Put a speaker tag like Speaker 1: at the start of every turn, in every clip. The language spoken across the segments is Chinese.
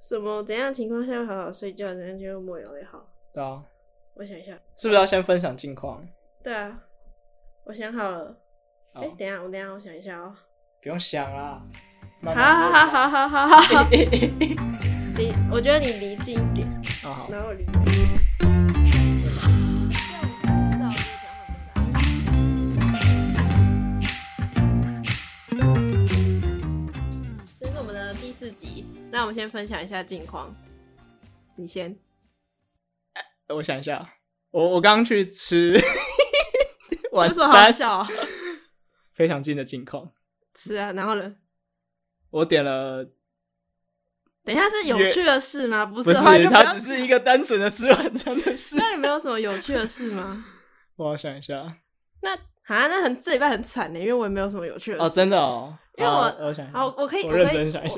Speaker 1: 什么怎样的情况下会好好睡觉，怎样就抹油也好。
Speaker 2: 对啊，
Speaker 1: 我想一下，
Speaker 2: 是不是要先分享近况？
Speaker 1: 对啊，我想好了。哎、
Speaker 2: 好，
Speaker 1: 等一下，我等一下，我想一下哦、
Speaker 2: 不用想啦，慢
Speaker 1: 好
Speaker 2: 慢
Speaker 1: 好好好好好好，
Speaker 2: 好
Speaker 1: 离我觉得你离近一点，
Speaker 2: 好好，
Speaker 1: 然后我离。这是我们的第四集，那我们先分享一下近况。你先，
Speaker 2: 我想一下，我我刚刚去 吃晚
Speaker 1: 为什么好
Speaker 2: 餐，
Speaker 1: 笑啊？
Speaker 2: 非常近的近况，
Speaker 1: 是啊，然后呢？
Speaker 2: 我点了。
Speaker 1: 等一下是有趣的事吗？不
Speaker 2: 不
Speaker 1: 是，
Speaker 2: 是
Speaker 1: 的话就，不要
Speaker 2: 它只是一个单纯的吃晚餐 的事。
Speaker 1: 那你们有什么有趣的事吗？
Speaker 2: 我要想一下，
Speaker 1: 那啊，那很这礼拜很惨的，因为我也没有什么有趣的事。
Speaker 2: 哦，真的哦，
Speaker 1: 因为
Speaker 2: 好
Speaker 1: 我
Speaker 2: 我想一下，
Speaker 1: 好，我可以，
Speaker 2: 我
Speaker 1: 可以
Speaker 2: 认真想一下。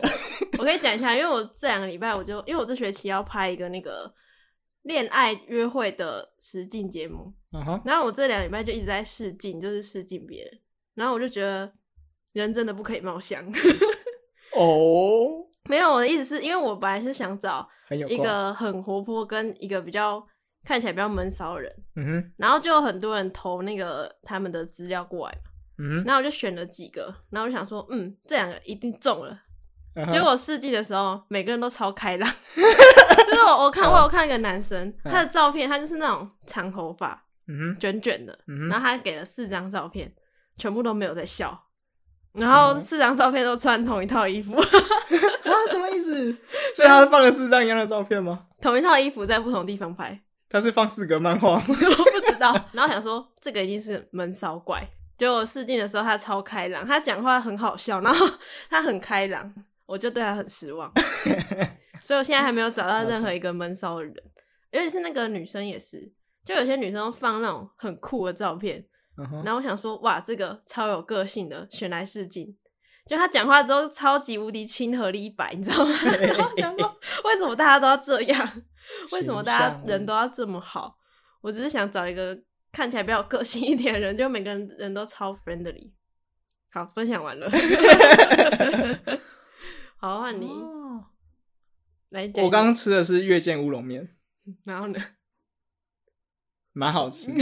Speaker 1: 我。我可以讲一下，因为我这两个礼拜我就，因为我这学期要拍一个那个恋爱约会的实境节目，
Speaker 2: 嗯哼，
Speaker 1: 然后我这两个礼拜就一直在试镜，就是试镜别人，然后我就觉得人真的不可以貌相。
Speaker 2: 哦，
Speaker 1: 没有，我的意思是因为我本来是想找
Speaker 2: 很有
Speaker 1: 一
Speaker 2: 光，
Speaker 1: 个很活泼跟一个比较看起来比较闷骚的人，
Speaker 2: 嗯哼，
Speaker 1: 然后就有很多人投那个他们的资料过来嘛，
Speaker 2: 嗯哼
Speaker 1: 然后我就选了几个，然后我就想说，嗯，这两个一定中了。
Speaker 2: 嗯哼，
Speaker 1: 结果试镜的时候，每个人都超开 朗，就是我我看我有看一个男生，
Speaker 2: 嗯
Speaker 1: 他的照片他就是那种长头发
Speaker 2: 嗯哼，
Speaker 1: 卷卷的，
Speaker 2: 嗯
Speaker 1: 然
Speaker 2: 哼，
Speaker 1: 后他给了四张照片，全部都没有在笑，然后
Speaker 2: 嗯
Speaker 1: 四张照片都穿同一套衣服，
Speaker 2: 啊，什么意思？所以他放了四张一样的照片吗？
Speaker 1: 同一套衣服在不同地方拍，
Speaker 2: 他是放四格漫画吗？
Speaker 1: 我不知道。然后想说这个一定是闷骚怪，结果试镜的时候他超开朗，他讲话很好笑，然后 他很开朗，我就对他很失望，所以我现在还没有找到任何一个闷骚的人，尤其是那个女生也是，就有些女生放那种很酷的照片，
Speaker 2: 嗯哼，
Speaker 1: 然后我想说，哇，这个超有个性的，选来试镜。就他讲话之后，超级无敌亲和力一百，你知道吗？ 然后我想说，为什么大家都要这样？为什么大家人都要这么好？我只是想找一个看起来比较有个性一点的人，就每个人人都超 friendly。好，分享完了。 好，换你、
Speaker 2: 哦
Speaker 1: 来讲。
Speaker 2: 我刚刚，吃的是月见乌龙面，
Speaker 1: 然后呢？
Speaker 2: 蛮好吃。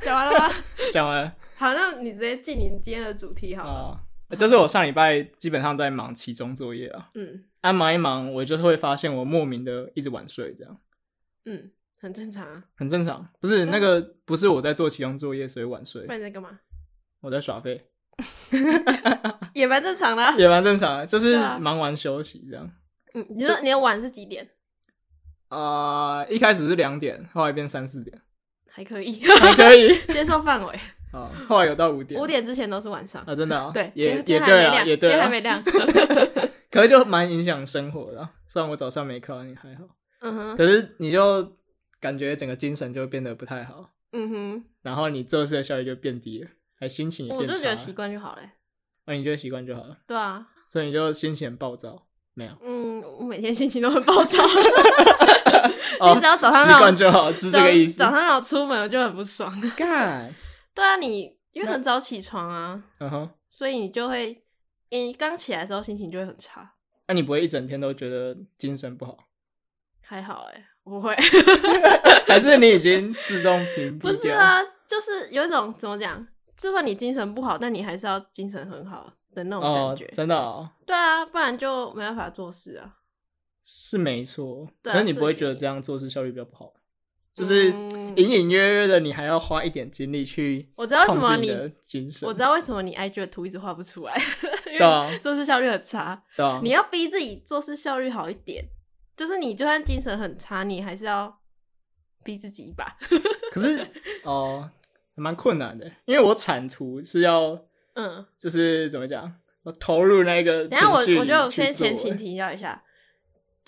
Speaker 1: 讲完了吗？
Speaker 2: 讲完了
Speaker 1: 好，那你直接进你今天的主题好了。
Speaker 2: 啊，就是我上礼拜基本上在忙期中作业啊，
Speaker 1: 嗯
Speaker 2: 啊忙一忙，我就是会发现我莫名的一直晚睡，这样
Speaker 1: 嗯，很正常啊。
Speaker 2: 很正常。不是那个，不是我在做期中作业所以晚睡
Speaker 1: 不，然你在干嘛？
Speaker 2: 我在耍废，
Speaker 1: 也蛮正常的啊、
Speaker 2: 也蛮正常的，就是
Speaker 1: 对啊
Speaker 2: 忙完休息这样。
Speaker 1: 嗯，你说你的晚是几点？
Speaker 2: 啊，一开始是两点，后来变三四点，
Speaker 1: 还可以，
Speaker 2: 还可以
Speaker 1: 接受范围。
Speaker 2: 啊。后来有到五点，
Speaker 1: 五点之前都是晚上。
Speaker 2: 啊，真的啊，
Speaker 1: 对，
Speaker 2: 也也
Speaker 1: 天天还
Speaker 2: 对
Speaker 1: 没
Speaker 2: 啊，
Speaker 1: 亮
Speaker 2: 也对
Speaker 1: 天还
Speaker 2: 啊
Speaker 1: 没， 亮。
Speaker 2: 可是就蛮影响生活的啊。虽然我早上没课啊，也还好，
Speaker 1: 嗯哼，
Speaker 2: 可是你就感觉整个精神就变得不太好，
Speaker 1: 嗯哼，
Speaker 2: 然后你做事的效率就变低了，还心情也
Speaker 1: 我
Speaker 2: 变
Speaker 1: 就
Speaker 2: 差了。
Speaker 1: 觉得习惯就好了欸。
Speaker 2: 那、你就习惯就好了，
Speaker 1: 对啊，
Speaker 2: 所以你就心情很暴躁。没有
Speaker 1: 嗯，我每天心情都很暴 躁，
Speaker 2: 哦，
Speaker 1: 只要早上
Speaker 2: 习
Speaker 1: 让我
Speaker 2: 惯就好，哦是这个 意思。
Speaker 1: 早早上让我出门我就很不爽。
Speaker 2: 干，
Speaker 1: 对啊，你因为很早起床啊，
Speaker 2: 嗯哼，
Speaker 1: 所以你就会，你刚起来的时候心情就会很差。
Speaker 2: 那、你不会一整天都觉得精神不好，
Speaker 1: 还好哎、我 不会。
Speaker 2: 还是你已经自动屏蔽
Speaker 1: 不是
Speaker 2: 掉
Speaker 1: 啊，就是有一种怎么讲，就算你精神不好，但你还是要精神很好的那种
Speaker 2: 哦
Speaker 1: 感觉。，
Speaker 2: 真的、哦、
Speaker 1: 对啊，不然就没办法做事啊。
Speaker 2: 是没错，
Speaker 1: 对啊
Speaker 2: 可是你不
Speaker 1: 所
Speaker 2: 会
Speaker 1: 以
Speaker 2: 觉得这样做事效率比较不好，就是
Speaker 1: 嗯
Speaker 2: 隐隐约约的，你还要花一点精力去
Speaker 1: 我知道为什
Speaker 2: 控
Speaker 1: 么
Speaker 2: 制你
Speaker 1: 你
Speaker 2: 的精神，
Speaker 1: 我知道为什么你 IG 的图一直画不出来， 因
Speaker 2: 对啊
Speaker 1: 为做事效率很差。
Speaker 2: 对啊
Speaker 1: 你要逼自己做事效率好一点，就是你就算精神很差，你还是要逼自己一把。
Speaker 2: 可是 哦，还蛮困难的，因为我产图是要
Speaker 1: 嗯，
Speaker 2: 就是怎么讲，我投入那个
Speaker 1: 等一下我
Speaker 2: 情绪里
Speaker 1: 我觉得我
Speaker 2: 去
Speaker 1: 先
Speaker 2: 做
Speaker 1: 前情提要一下，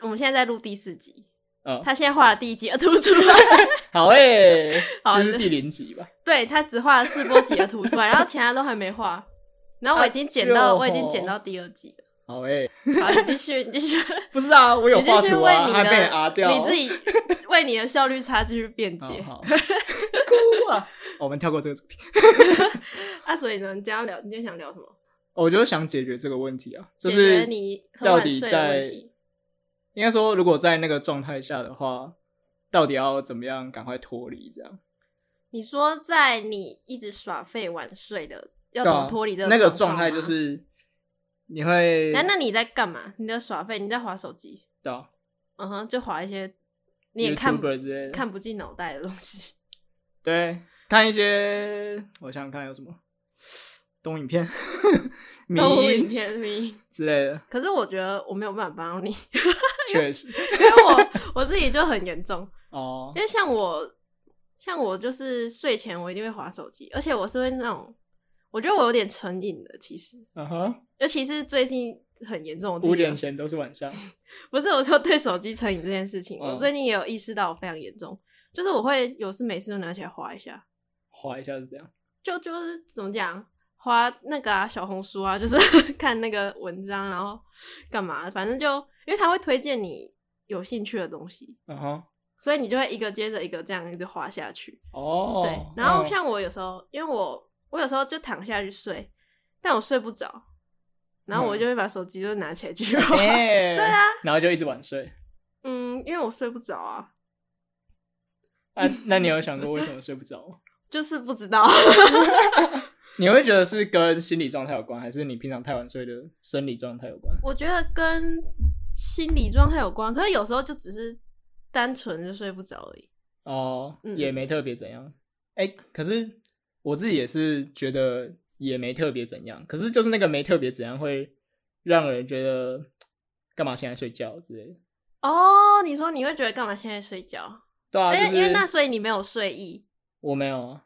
Speaker 1: 我们现在在录第四集，
Speaker 2: 嗯，
Speaker 1: 他现在画了第一集的图出来。
Speaker 2: 好诶、
Speaker 1: 好
Speaker 2: 这是
Speaker 1: 是
Speaker 2: 第零集吧？
Speaker 1: 对他只画了试播集的图出来，然后其他都还没画。然后我已经剪
Speaker 2: 啊
Speaker 1: 到，
Speaker 2: 就
Speaker 1: 我已经剪到第二集
Speaker 2: 好诶、
Speaker 1: 了。好，你继续，你继续，
Speaker 2: 不是啊， 我有
Speaker 1: 你继
Speaker 2: 画
Speaker 1: 续
Speaker 2: 图
Speaker 1: 为
Speaker 2: 啊，
Speaker 1: 你
Speaker 2: 还被
Speaker 1: 的
Speaker 2: 人啊掉，
Speaker 1: 你自 己为你的效率差继续辩
Speaker 2: 好
Speaker 1: 解。
Speaker 2: 好哭啊！我们跳过这个主题，
Speaker 1: 啊，所以呢，你今天要聊，你今天想聊什么？
Speaker 2: 哦我就想解决这个问题啊，就
Speaker 1: 解
Speaker 2: 是
Speaker 1: 决你很
Speaker 2: 到
Speaker 1: 晚
Speaker 2: 底
Speaker 1: 睡的问
Speaker 2: 在
Speaker 1: 题
Speaker 2: 应该说，如果在那个状态下的话，到底要怎么样赶快脱离这样？
Speaker 1: 你说在你一直耍废晚睡的，要怎
Speaker 2: 对
Speaker 1: 么
Speaker 2: 啊
Speaker 1: 脱离这
Speaker 2: 那
Speaker 1: 个
Speaker 2: 个状态？
Speaker 1: 态
Speaker 2: 就
Speaker 1: 吗，
Speaker 2: 是你会
Speaker 1: 那那你在干嘛？你在耍废，你在划手机，
Speaker 2: 对啊
Speaker 1: 嗯哼，就划一些你也看
Speaker 2: YouTuber 之类的
Speaker 1: 看不进脑袋的东西。
Speaker 2: 对看一些，我想想看有什么东影片、迷
Speaker 1: 动物
Speaker 2: 因
Speaker 1: 影片迷 因
Speaker 2: 之类 的，
Speaker 1: 可是我觉得我没有办法帮你，
Speaker 2: 确实
Speaker 1: 因为我 我自己就很严重，
Speaker 2: 哦
Speaker 1: 因为像我，像我就是睡前我一定会划手机，而且我是会那种，我觉得我有点成瘾的，其实，
Speaker 2: 嗯哼，
Speaker 1: 尤其是最近很严重，我自己
Speaker 2: 五点
Speaker 1: 有
Speaker 2: 前都是晚上，
Speaker 1: 不是，我说对手机成瘾这件事情，我
Speaker 2: 嗯
Speaker 1: 最近也有意识到我非常严重，就是我会有事没事就拿起来划一下，
Speaker 2: 滑一下是这样，
Speaker 1: 就就是怎么讲，划那个啊小红书啊，就是 看那个文章，然后干嘛，反正就因为他会推荐你有兴趣的东西，
Speaker 2: 嗯哼，
Speaker 1: 所以你就会一个接着一个这样一直划下去。
Speaker 2: 哦，
Speaker 1: 对，然后
Speaker 2: 嗯
Speaker 1: 像我有时候，因为我我有时候就躺下去睡，但我睡不着，然后我
Speaker 2: 嗯
Speaker 1: 就会把手机就拿起来继续 玩。
Speaker 2: 哎，
Speaker 1: 对啊，
Speaker 2: 然后就一直晚睡。
Speaker 1: 嗯，因为我睡不着啊，
Speaker 2: 啊，那你有想过为什么睡不着吗？
Speaker 1: 就是不知道。
Speaker 2: 你会觉得是跟心理状态有关，还是你平常太晚睡的生理状态有关？
Speaker 1: 我觉得跟心理状态有关，可是有时候就只是单纯就睡不着而已。
Speaker 2: 哦，
Speaker 1: 嗯
Speaker 2: 也没特别怎样。哎、可是我自己也是觉得也没特别怎样，可是就是那个没特别怎样，会让人觉得干嘛现在睡觉之类的。
Speaker 1: 哦，你说你会觉得干嘛现在睡觉？
Speaker 2: 对啊，
Speaker 1: 因为、
Speaker 2: 就是
Speaker 1: 哎因为那所以你没有睡意，
Speaker 2: 我没有啊，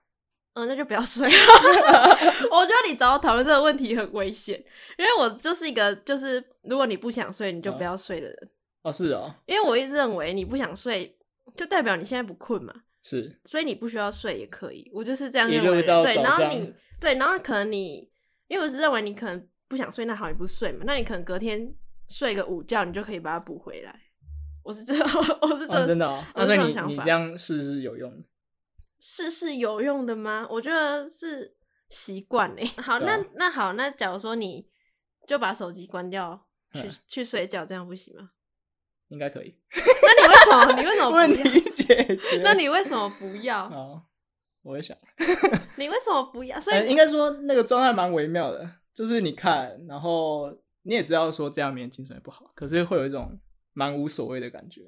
Speaker 1: 嗯，那就不要睡。 我觉得你找我讨论这个问题很危险，因为我就是一个就是如果你不想睡，你
Speaker 2: 嗯
Speaker 1: 就不要睡的人。
Speaker 2: 哦是哦，
Speaker 1: 因为我一直认为你不想睡，就代表你现在不困嘛，
Speaker 2: 是
Speaker 1: 所以你不需要睡也可以。我就是这样
Speaker 2: 一
Speaker 1: 认
Speaker 2: 路
Speaker 1: 为的。
Speaker 2: 到
Speaker 1: 对，
Speaker 2: 早
Speaker 1: 然后
Speaker 2: 上
Speaker 1: 你对，然后可能你，因为我是认为你可能不想睡，那好，你不睡嘛，那你可能隔天睡个午觉，你就可以把它补回来。我是这， 我是这、
Speaker 2: 哦真的哦，
Speaker 1: 我是
Speaker 2: 那所以
Speaker 1: 这种想
Speaker 2: 你你
Speaker 1: 法
Speaker 2: 这样试是有用的。
Speaker 1: 是是有用的吗？我觉得是习惯诶。 好，
Speaker 2: 对啊
Speaker 1: 那那好，那假如说你就把手机关掉去
Speaker 2: 嗯
Speaker 1: 去睡觉，这样不行吗？
Speaker 2: 应该可以，
Speaker 1: 那你为什么？你为什么
Speaker 2: 问
Speaker 1: 哦不要？
Speaker 2: 题解决。
Speaker 1: 那你为什么不 要？
Speaker 2: 哦，我也想，
Speaker 1: 你为什么不要？所以
Speaker 2: 呃，应该说那个状态蛮微妙的，就是你看，然后你也知道说这样明天精神也不好，可是会有一种蛮无所谓的感觉，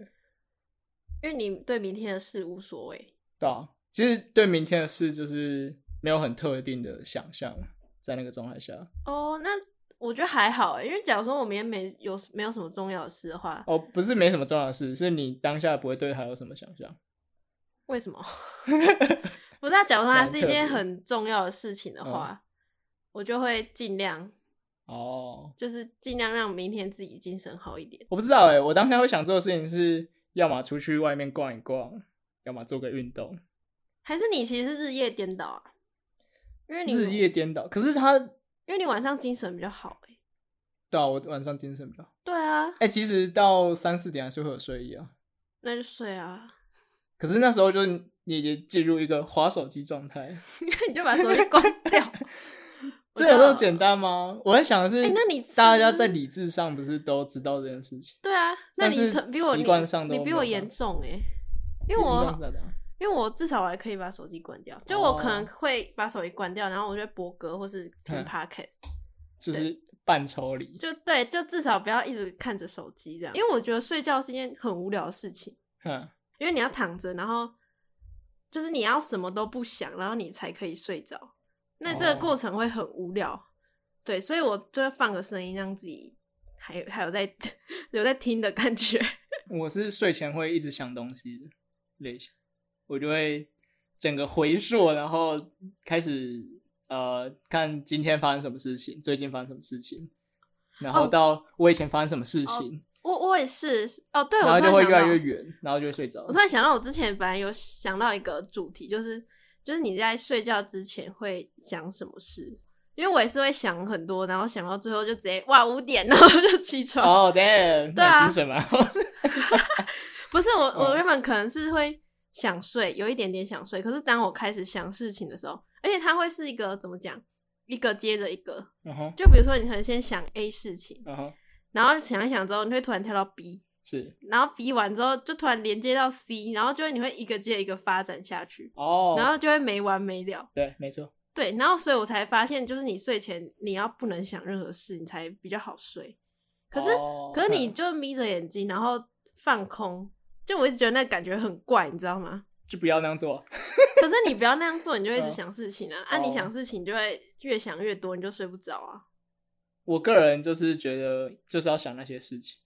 Speaker 1: 因为你对明天的事无所谓。
Speaker 2: 对啊，其实对明天的事就是没有很特定的想象，在那个状态下，
Speaker 1: 哦，那我觉得还好欸，因为假如说我明天没有没有什么重要的事的话，
Speaker 2: 哦，不是没什么重要的事，是你当下不会对他有什么想象。
Speaker 1: 为什么？ 不是啊，假如说它
Speaker 2: 蛮
Speaker 1: 是一
Speaker 2: 特
Speaker 1: 件
Speaker 2: 别嗯
Speaker 1: 很重要的事情的话，我就会尽量
Speaker 2: 哦，
Speaker 1: 就是尽量让明天自己精神好一点。
Speaker 2: 我不知道哎、我当下会想做的事情是，要么出去外面逛一逛，要么做个运动，
Speaker 1: 还是你其实是日夜颠倒啊？因为你
Speaker 2: 日夜颠倒。可是他，
Speaker 1: 因为你晚上精神比较好哎、
Speaker 2: 对啊，我晚上精神比较好。
Speaker 1: 对啊，
Speaker 2: 哎、其实到三四点还是会有睡意啊。
Speaker 1: 那就睡啊，
Speaker 2: 可是那时候就是你已经进入一个划手机状态，
Speaker 1: 因为你就把手机关 掉。我
Speaker 2: 这有那么
Speaker 1: 靠
Speaker 2: 简单吗？我在想的是，
Speaker 1: 哎那你
Speaker 2: 大家
Speaker 1: 吃
Speaker 2: 在理智上不是都知道这件事情？
Speaker 1: 对啊，那
Speaker 2: 但
Speaker 1: 你
Speaker 2: 是
Speaker 1: 成比我
Speaker 2: 习
Speaker 1: 你
Speaker 2: 惯上都
Speaker 1: 你比
Speaker 2: 没有
Speaker 1: 我
Speaker 2: 办
Speaker 1: 严
Speaker 2: 法
Speaker 1: 重哎、因为
Speaker 2: 你这
Speaker 1: 我
Speaker 2: 样子啊
Speaker 1: 因为我至少我还可以把手机关掉，就我可能
Speaker 2: 哦
Speaker 1: 会把手机关掉，然后我就会播歌或是听
Speaker 2: 嗯
Speaker 1: podcast，、
Speaker 2: 就是半抽离，
Speaker 1: 就对，就至少不要一直看着手机这样，因为我觉得睡觉是一件很无聊的事情，
Speaker 2: 哼，
Speaker 1: 因为你要躺着，然后就是你要什么都不想，然后你才可以睡着，那这个
Speaker 2: 哦
Speaker 1: 过程会很无聊，对，所以我就会放个声音让自己还有还有在 有在听的感觉。
Speaker 2: 我是睡前会一直想东西的类型，我就会整个回溯，然后开始呃看今天发生什么事情，最近发生什么事情，然后
Speaker 1: 哦
Speaker 2: 到我以前发生什么事
Speaker 1: 哦
Speaker 2: 情，
Speaker 1: 我我也是哦，对，
Speaker 2: 然后
Speaker 1: 我突
Speaker 2: 就
Speaker 1: 然
Speaker 2: 会
Speaker 1: 想
Speaker 2: 越来
Speaker 1: 到
Speaker 2: 越远，然后就会睡着
Speaker 1: 我。突然想到，我之前本来有想到一个主题，就是就是你在睡觉之前会想什么事？因为我也是会想很多，然后想到最后就直接哇五点，然后就起床。
Speaker 2: 哦、d a m n
Speaker 1: 对啊
Speaker 2: 精神蛮好。
Speaker 1: 不是我，我
Speaker 2: 哦
Speaker 1: 原本可能是会想睡，有一点点想睡，可是当我开始想事情的时候，而且它会是一个怎么讲？一个接着一个。
Speaker 2: 嗯哼，
Speaker 1: 就比如说，你可能先想 A 事情，
Speaker 2: 嗯哼，
Speaker 1: 然后想一想之后，你会突然跳到 B，
Speaker 2: 是
Speaker 1: 然后 B 完之后就突然连接到 C，然后就会你会一个接一个发展下去，
Speaker 2: 哦，
Speaker 1: 然后就会没完没了。
Speaker 2: 对，没错，
Speaker 1: 对，然后所以我才发现，就是你睡前你要不能想任何事，你才比较好睡。可是，
Speaker 2: 哦
Speaker 1: 可是你
Speaker 2: 嗯
Speaker 1: 就眯着眼睛，然后放空，就我一直觉得那感觉很怪，你知道吗？
Speaker 2: 就不要那样做，
Speaker 1: 可是你不要那样做，你就会一直
Speaker 2: 嗯
Speaker 1: 想事情啊，啊，你
Speaker 2: 哦
Speaker 1: 想事情就会越想越多，你就睡不着啊。
Speaker 2: 我个人就是觉得就是要想那些事情，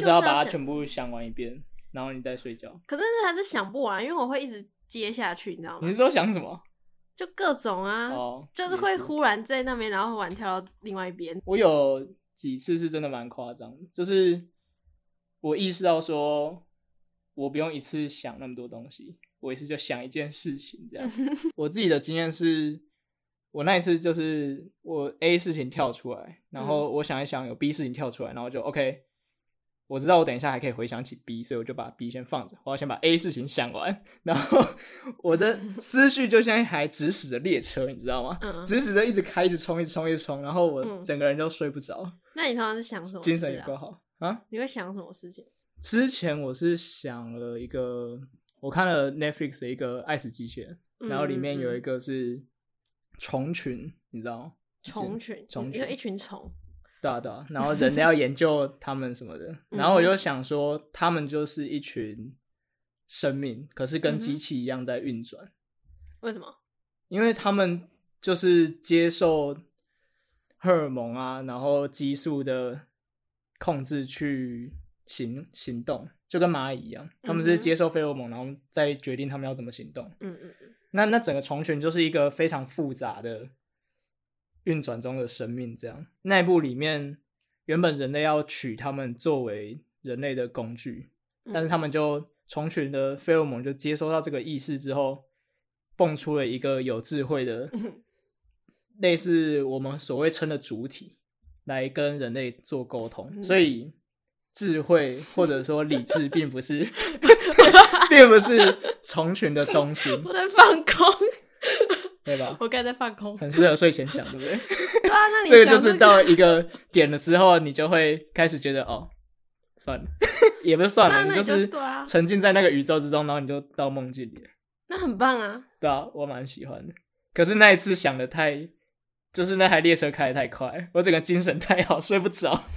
Speaker 1: 就是
Speaker 2: 要
Speaker 1: 要
Speaker 2: 把它
Speaker 1: 想
Speaker 2: 全部想完一遍，然后你再睡觉。
Speaker 1: 可是还是想不完，因为我会一直接下去，你知道
Speaker 2: 你
Speaker 1: 吗？
Speaker 2: 是都想什么？
Speaker 1: 就各种啊，
Speaker 2: 嗯哦，
Speaker 1: 就是
Speaker 2: 也
Speaker 1: 会忽然在那边，然后忽然跳到另外一边。
Speaker 2: 我有几次是真的蛮夸张的，就是我意识到说，我不用一次想那么多东西，我一次就想一件事情 这样。我自己的经验是，我那一次就是我 A 事情跳出来，然
Speaker 1: 嗯
Speaker 2: 后我想一想有 B 事情跳出来，然后就 OK。我知道我等一下还可以回想起 B，所以我就把 B 先放着，我要先把 A 事情想完， 然后我的思绪就像一台指使的列车，你知道吗？
Speaker 1: 嗯
Speaker 2: 指使着一直开，一直冲，一直冲，一直冲，然后我
Speaker 1: 嗯
Speaker 2: 整个人就睡不着，
Speaker 1: 那你通常是想什么、事啊？
Speaker 2: 精神也不好啊。
Speaker 1: 你会想什么事情？
Speaker 2: 之前我是想了一个，我看了 Netflix 的一个《爱死机器人》，
Speaker 1: 嗯
Speaker 2: 然后里面有一
Speaker 1: 嗯
Speaker 2: 个是虫群，你知道吗？
Speaker 1: 虫群，
Speaker 2: 虫群
Speaker 1: 就一群虫。
Speaker 2: 对啊对啊，然后人类要研究他们什 么的，
Speaker 1: 嗯
Speaker 2: 然后我就想说，他们就是一群生命，可
Speaker 1: 嗯
Speaker 2: 是
Speaker 1: 哼
Speaker 2: 跟机器一样在运转，
Speaker 1: 为什么？
Speaker 2: 因为他们就是接受荷尔蒙啊，然后激素的控制去行行动，就跟蚂蚁一样，他们
Speaker 1: 嗯
Speaker 2: 是
Speaker 1: 哼
Speaker 2: 接受费洛蒙，然后再决定他们要怎么行动。
Speaker 1: 嗯嗯嗯，
Speaker 2: 那那整个虫群就是一个非常复杂的运转中的生命，这样那一部里面原本人类要取他们作为人类的工具，
Speaker 1: 嗯
Speaker 2: 但是他们就虫群的费洛蒙就接收到这个意识之后，蹦出了一个有智慧的
Speaker 1: 嗯，
Speaker 2: 类似我们所谓称的主体，来跟人类做沟通。
Speaker 1: 嗯
Speaker 2: 所以智慧或者说理智，并 不是，并不是虫群的中心，
Speaker 1: 我在放空，
Speaker 2: 对吧？
Speaker 1: 我刚才在放 空。
Speaker 2: 很适合睡前想，对不对？
Speaker 1: 对啊，那你
Speaker 2: 这个
Speaker 1: 想
Speaker 2: 就是
Speaker 1: 这个
Speaker 2: 到一个点了之后，你就会开始觉得哦，算了，也不是算
Speaker 1: 那
Speaker 2: 了，
Speaker 1: 那
Speaker 2: 就
Speaker 1: 你就是对啊
Speaker 2: 沉浸在那个宇宙之中，然后你就到梦境里了。
Speaker 1: 那很棒啊。
Speaker 2: 对啊，我蛮喜欢的。可是那一次想的太，就是那台列车开的太快，我整个精神太好，睡不着。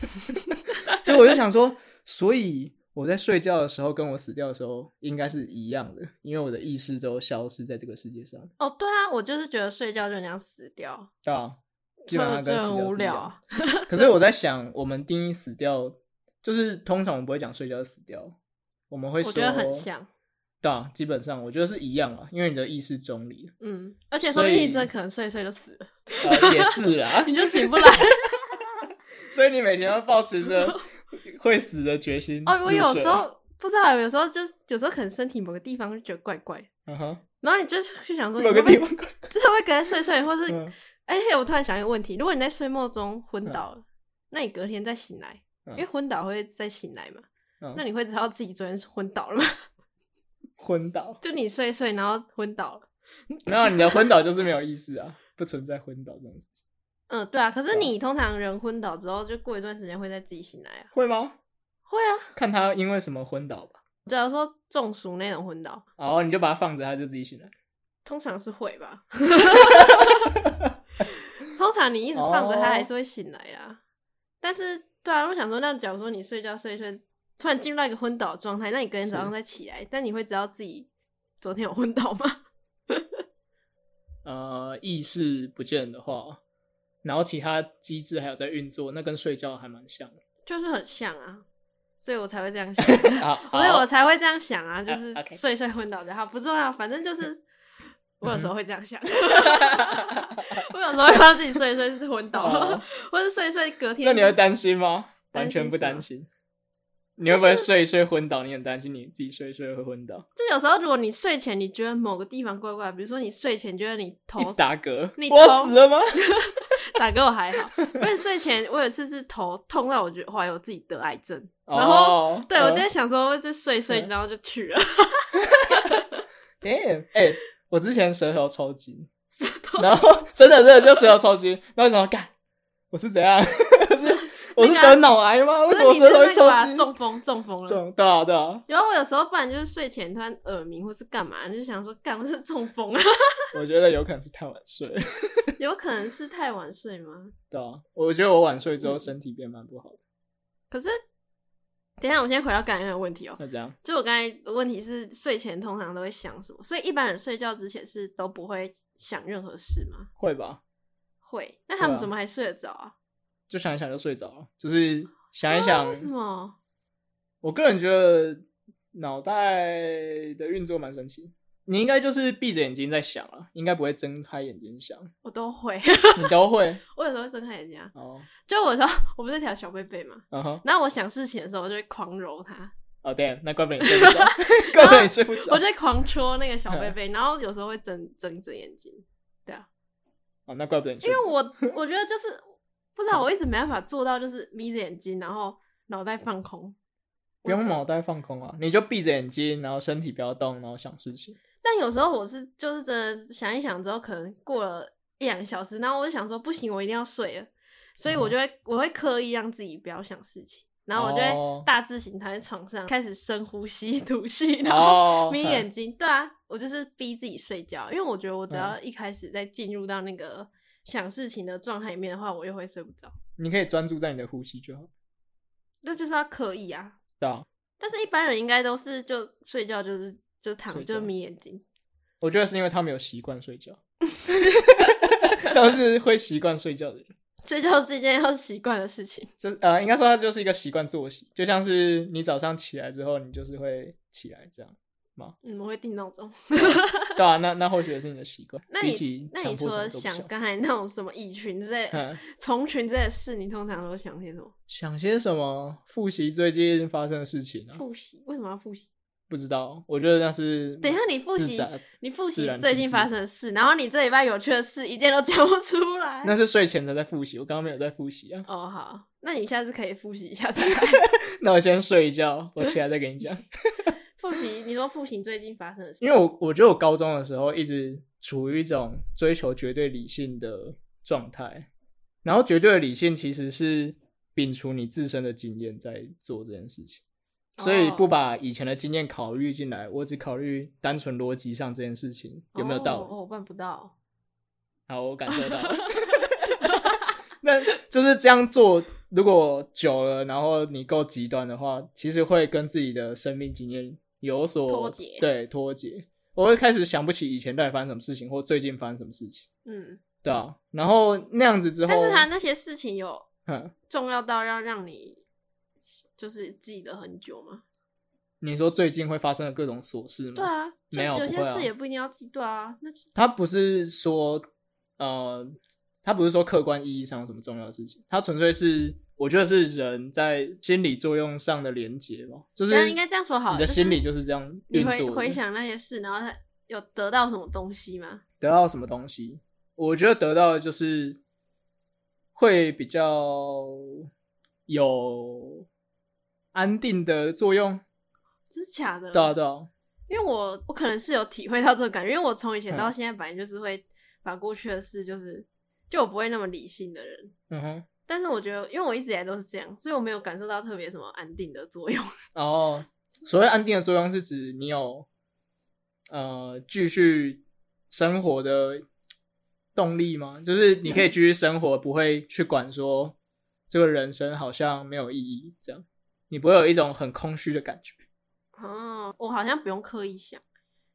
Speaker 2: 就我就想说，所以我在睡觉的时候跟我死掉的时候应该是一样的，因为我的意识都消失在这个世界上。
Speaker 1: 哦，对啊，我就是觉得睡觉就那样死掉，
Speaker 2: 对啊，基
Speaker 1: 所
Speaker 2: 本
Speaker 1: 以我
Speaker 2: 上
Speaker 1: 就
Speaker 2: 跟死
Speaker 1: 很
Speaker 2: 掉是一
Speaker 1: 无聊
Speaker 2: 样的
Speaker 1: 啊。
Speaker 2: 可是我在想，我们定义死掉，就是通常我们不会讲睡觉死掉，我们会说
Speaker 1: 我觉得很像。
Speaker 2: 对啊，基本上我觉得是一样啊，因为你的意识中离了，
Speaker 1: 嗯，而且说不定
Speaker 2: 所以
Speaker 1: 你真的可能睡一睡就死了，，
Speaker 2: 呃、也是啦
Speaker 1: 你就醒不 来。
Speaker 2: 所以你每天要保持着会死的决心。
Speaker 1: 哦，我有时
Speaker 2: 入睡，啊
Speaker 1: 候不知道，有时候就是有时候可能身体某个地方就觉得怪怪，
Speaker 2: 嗯哼，
Speaker 1: 然后你就去想说
Speaker 2: 某个
Speaker 1: 你会
Speaker 2: 地
Speaker 1: 不会
Speaker 2: 方，
Speaker 1: 就是会跟睡睡，或是
Speaker 2: 嗯
Speaker 1: 而且我突然想一个问题，如果你在睡梦中昏倒了，那你隔天再醒来，
Speaker 2: 嗯
Speaker 1: 因为昏倒会再醒来嘛，
Speaker 2: 嗯
Speaker 1: 那你会知道自己昨天是昏倒了吗？
Speaker 2: 昏倒，
Speaker 1: 就你睡一睡然后昏倒了，
Speaker 2: 没有你的昏倒就是没有意识啊，不存在昏倒这种事情，
Speaker 1: 嗯，对啊。可是你通常人昏倒之后，就过一段时间会再自己醒来啊。
Speaker 2: 会吗？
Speaker 1: 会啊，
Speaker 2: 看他因为什么昏倒吧，
Speaker 1: 假如说中暑那种昏倒，
Speaker 2: 然后你就把它放着，他就自己醒来。
Speaker 1: 通常是会 吧。通常你一直放着，
Speaker 2: 哦
Speaker 1: 它还是会醒来啦。但是，对啊，我想说，那假如说你睡觉睡一睡，突然进入到一个昏倒的状态，那你隔天早上
Speaker 2: 是
Speaker 1: 再起来，但你会知道自己昨天有昏倒吗？
Speaker 2: 呃意识不见的话，然后其他机制还有在运作，那跟睡觉还蛮像 的
Speaker 1: 就是很像啊，所以我才会这样想，
Speaker 2: 啊。
Speaker 1: 所以我
Speaker 2: 好
Speaker 1: 才会这样想啊，就是
Speaker 2: 啊，OK
Speaker 1: 睡一睡昏倒就好，不重要，反正 就是。我有时候会这样想，我有时候会让自己睡一睡是昏倒，
Speaker 2: 哦
Speaker 1: 或者睡一睡隔天。
Speaker 2: 那你会担心吗？
Speaker 1: 担心
Speaker 2: 完全不
Speaker 1: 什么
Speaker 2: 担心。你会不会睡一睡昏倒？你很担心你自己睡一睡会昏倒，
Speaker 1: 就有时候，如果你睡前你觉得某个地方怪怪，比如说你睡前觉得你头
Speaker 2: 一直打嗝。
Speaker 1: 你
Speaker 2: 我要
Speaker 1: 头
Speaker 2: 死了吗？
Speaker 1: 打嗝我还好，因为睡前我有一次是头痛到我觉得怀疑我自己得癌症， 然后、
Speaker 2: 哦
Speaker 1: 对我就
Speaker 2: 嗯
Speaker 1: 在想说就睡一睡，
Speaker 2: 嗯
Speaker 1: 然后就去了。
Speaker 2: 哎 Damn，哎、我之前舌头抽筋，
Speaker 1: 石头
Speaker 2: 然后真的真的就石头抽筋，然后想要干，我是怎样？ 是我是得脑癌吗？为什么
Speaker 1: 不
Speaker 2: 我
Speaker 1: 是
Speaker 2: 石
Speaker 1: 你就是
Speaker 2: 头会
Speaker 1: 那个吧
Speaker 2: 抽筋？
Speaker 1: 中风中风了。
Speaker 2: 中对啊对啊，
Speaker 1: 然后我有时候不然就是睡前突然耳鸣或是干嘛，就想说干我是中风啊，
Speaker 2: 我觉得有可能是太晚睡 了。
Speaker 1: 有可能是太晚睡吗？
Speaker 2: 对啊，我觉得我晚睡
Speaker 1: 嗯
Speaker 2: 之后身体变蛮不好的。
Speaker 1: 可是等一下，我先回到刚才那个问题哦、
Speaker 2: 那这样，
Speaker 1: 就我刚才的问题是睡前通常都会想什么，所以一般人睡觉之前是都不会想任何事吗？
Speaker 2: 会吧？
Speaker 1: 会，那他
Speaker 2: 对
Speaker 1: 们
Speaker 2: 啊
Speaker 1: 怎么还睡得着啊？
Speaker 2: 就想一想就睡着了，就是想一
Speaker 1: 啊
Speaker 2: 想
Speaker 1: 为。什么？
Speaker 2: 我个人觉得脑袋的运作蛮神奇。你应该就是闭着眼睛在想啊，应该不会睁开眼睛想，
Speaker 1: 我都会，
Speaker 2: 你都会
Speaker 1: 我有时候会睁开眼睛、啊，
Speaker 2: 哦。
Speaker 1: 就我说我不是条小贝贝嘛，
Speaker 2: 嗯哼，
Speaker 1: 然后我想事情的时候，我就会狂揉它，
Speaker 2: 哦对，那怪不得你睡 不着，怪不得你睡不着
Speaker 1: 哦我。就会狂戳那个小贝贝，然后有时候会睁睁着眼睛，
Speaker 2: 哦，那怪不得你
Speaker 1: 因
Speaker 2: 睡不
Speaker 1: 为
Speaker 2: 着。
Speaker 1: 我我觉得就是不知道，我一直没办法做到，就是眯着眼睛，然后脑袋放空。
Speaker 2: 不用脑袋放空啊，你就闭着眼睛，然后身体不要动，然后想事情。
Speaker 1: 但有时候我是就是真的想一想之后，可能过了一两个小时，然后我就想说不行，我一定要睡了，所以
Speaker 2: 嗯
Speaker 1: 我就会、我会刻意让自己不要想事情，然后我就
Speaker 2: 哦
Speaker 1: 会大字型躺在床上，开始深呼吸吐 气，然后
Speaker 2: 哦，
Speaker 1: 眯
Speaker 2: 嗯
Speaker 1: 眼睛。对啊，我就是逼自己睡觉，因为我觉得我只
Speaker 2: 嗯
Speaker 1: 要一开始在进入到那个想事情的状态里面的话，我又会睡不着。
Speaker 2: 你可以专注在你的呼吸就好。
Speaker 1: 那就是要刻意啊，
Speaker 2: 对啊，
Speaker 1: 但是一般人应该都是就睡觉就是就躺
Speaker 2: 睡觉
Speaker 1: 就眯眼睛。
Speaker 2: 我觉得是因为他们有习惯睡觉， 他们是会习惯睡觉的人。
Speaker 1: 睡觉是一件要习惯的事情，
Speaker 2: 这呃，应该说它就是一个习惯作息，就像是你早上起来之后，你就是会起来这样，
Speaker 1: 嗯，我会定闹钟。
Speaker 2: 对啊，那那或许也是你的习惯。
Speaker 1: 那
Speaker 2: 比
Speaker 1: 你
Speaker 2: 起
Speaker 1: 那你
Speaker 2: 强
Speaker 1: 除
Speaker 2: 迫什
Speaker 1: 了
Speaker 2: 么都不
Speaker 1: 想刚才那种什么蚁群之类、
Speaker 2: 嗯，
Speaker 1: 虫群之类的事，你通常都想些什么？
Speaker 2: 想些什么？复习最近发生的事情啊？
Speaker 1: 复习？为什么要复习？
Speaker 2: 不知道，我觉得那是
Speaker 1: 等一下你复
Speaker 2: 自
Speaker 1: 习啊
Speaker 2: 然
Speaker 1: 你复
Speaker 2: 自
Speaker 1: 习
Speaker 2: 然
Speaker 1: 最
Speaker 2: 机
Speaker 1: 近
Speaker 2: 制
Speaker 1: 发生的事，然后你这礼拜有趣的事一件都讲不出来。
Speaker 2: 那是睡前才在复习，我刚刚没有在复习啊。
Speaker 1: 哦，好，那你下次可以复习一下再来
Speaker 2: 那我先睡一觉，我起来再跟你讲。
Speaker 1: 复习。你说复习最近发生的事，
Speaker 2: 因为我我觉得我高中的时候一直处于一种追求绝对理性的状态，然后绝对的理性其实是摒除你自身的经验在做这件事情，所以
Speaker 1: 哦
Speaker 2: 不把以前的经验考虑进来，我只考虑单纯逻辑上这件事情有没有道
Speaker 1: 哦
Speaker 2: 理。
Speaker 1: 哦我办不到。
Speaker 2: 好，我感受到了。 那就是这样做，如果久了，然后你够极端的话，其实会跟自己的生命经验有所
Speaker 1: 脱节
Speaker 2: 对脱节。我会开始想不起以前到底发生什么事情，或最近发生什么事情，
Speaker 1: 嗯，
Speaker 2: 对啊。然后那样子之后，
Speaker 1: 但是他那些事情有
Speaker 2: 嗯，
Speaker 1: 重要到要让你就是记得很久吗？
Speaker 2: 你说最近会发生的各种琐事吗？
Speaker 1: 对，啊，就
Speaker 2: 嗯没有
Speaker 1: 有
Speaker 2: 不
Speaker 1: 些
Speaker 2: 会啊
Speaker 1: 事也不一定要记，对啊，那是
Speaker 2: 他不是说呃，他不是说客观意义上有什么重要的事情，他纯粹是我觉得是人在心理作用上的连接吧，就是
Speaker 1: 这样应该这样说好了
Speaker 2: 你的
Speaker 1: 就是
Speaker 2: 心理就是这样
Speaker 1: 你
Speaker 2: 运作
Speaker 1: 回
Speaker 2: 的，
Speaker 1: 回想那些事，然后他有得到什么东西吗？
Speaker 2: 得到什么东西，我觉得得到的就是会比较有安定的作用，
Speaker 1: 真的假的？
Speaker 2: 对啊对啊，
Speaker 1: 因为我我可能是有体会到这个感觉，因为我从以前
Speaker 2: 嗯
Speaker 1: 到现在，本来就是会把过去的事，就是就我不会那么理性的人。
Speaker 2: 嗯哼，
Speaker 1: 但是我觉得，因为我一直以来都是这样，所以我没有感受到特别什么安定的作用。
Speaker 2: 然
Speaker 1: 哦
Speaker 2: 后所谓安定的作用是指你有呃继续生活的动力吗？就是你可以继续生活，不会去管说这个人生好像没有意义，这样你不会有一种很空虚的感觉。
Speaker 1: 哦，我好像不用刻意想，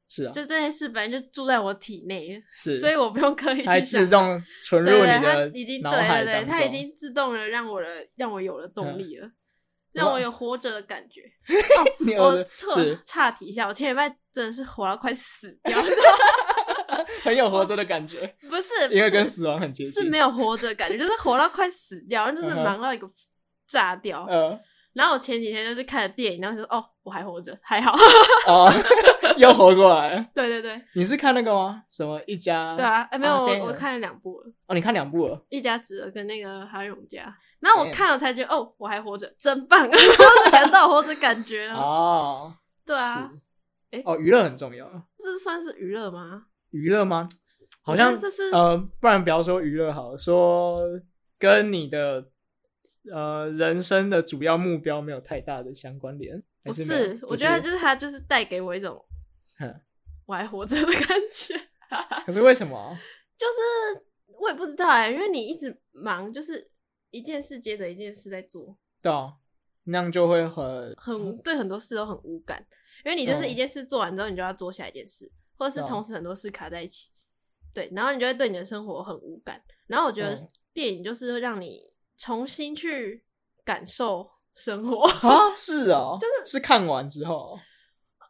Speaker 2: 是啊，
Speaker 1: 就这些事本来就住在我体内，
Speaker 2: 是，
Speaker 1: 所以我不用刻意去
Speaker 2: 它
Speaker 1: 想。
Speaker 2: 自动存入
Speaker 1: 对对，
Speaker 2: 你
Speaker 1: 它
Speaker 2: 的
Speaker 1: 已经
Speaker 2: 脑
Speaker 1: 对
Speaker 2: 海
Speaker 1: 对
Speaker 2: 当
Speaker 1: 对，
Speaker 2: 中。嗯
Speaker 1: 它已经自动的让我的让我有了动力了，让我有活着的感觉。
Speaker 2: 你有
Speaker 1: 我
Speaker 2: 的
Speaker 1: 特
Speaker 2: 是
Speaker 1: 岔题一下，我前礼拜真的是活到快死掉 了，
Speaker 2: 很有活着的感觉，
Speaker 1: 不 是
Speaker 2: 因为跟
Speaker 1: 不
Speaker 2: 死亡很接
Speaker 1: 是
Speaker 2: 近。
Speaker 1: 是没有活着的感觉，就是活到快死掉，然后就是
Speaker 2: 嗯哼
Speaker 1: 忙到一个炸掉。
Speaker 2: 呃
Speaker 1: 然后我前几天就是看了电影，然后就说哦，我还活着，还好。
Speaker 2: 哦， 又活过来了。
Speaker 1: 对对对
Speaker 2: 你是看那个吗？什么一家？
Speaker 1: 对啊，哎没有，
Speaker 2: 啊对
Speaker 1: 我我
Speaker 2: 了
Speaker 1: 看了两部了，《
Speaker 2: 哦，你看两部了。
Speaker 1: 一家子儿》跟那个《哈永家》，然后我
Speaker 2: 对
Speaker 1: 看了才觉得哦，我还活着，真棒， 我只感到活着感觉了。
Speaker 2: 哦，
Speaker 1: 嗯对啊，
Speaker 2: 是
Speaker 1: 诶
Speaker 2: 哦，娱乐很重要。
Speaker 1: 这算是娱乐吗？
Speaker 2: 娱乐吗？好像
Speaker 1: 这是
Speaker 2: 呃，不然不要说娱乐好了，说跟你的呃人生的主要目标没有太大的相关联。还
Speaker 1: 不
Speaker 2: 是没有，
Speaker 1: 哦是，我觉得就是他就是带给我一种
Speaker 2: 哼
Speaker 1: 我还活着的感觉。
Speaker 2: 可是为什么？啊
Speaker 1: 就是我也不知道哎、因为你一直忙，就是一件事接着一件事在做，
Speaker 2: 对啊，那样就会 很
Speaker 1: 很无对很多事都很无感，因为你就是
Speaker 2: 嗯
Speaker 1: 一件事做完之后，你就要做下一件事，或者是
Speaker 2: 嗯
Speaker 1: 同时很多事卡在一起，对，然后你就会对你的生活很无感。然后我觉得
Speaker 2: 嗯
Speaker 1: 电影就是会让你重新去感受生活。
Speaker 2: 啊，是哦，就是是看完之后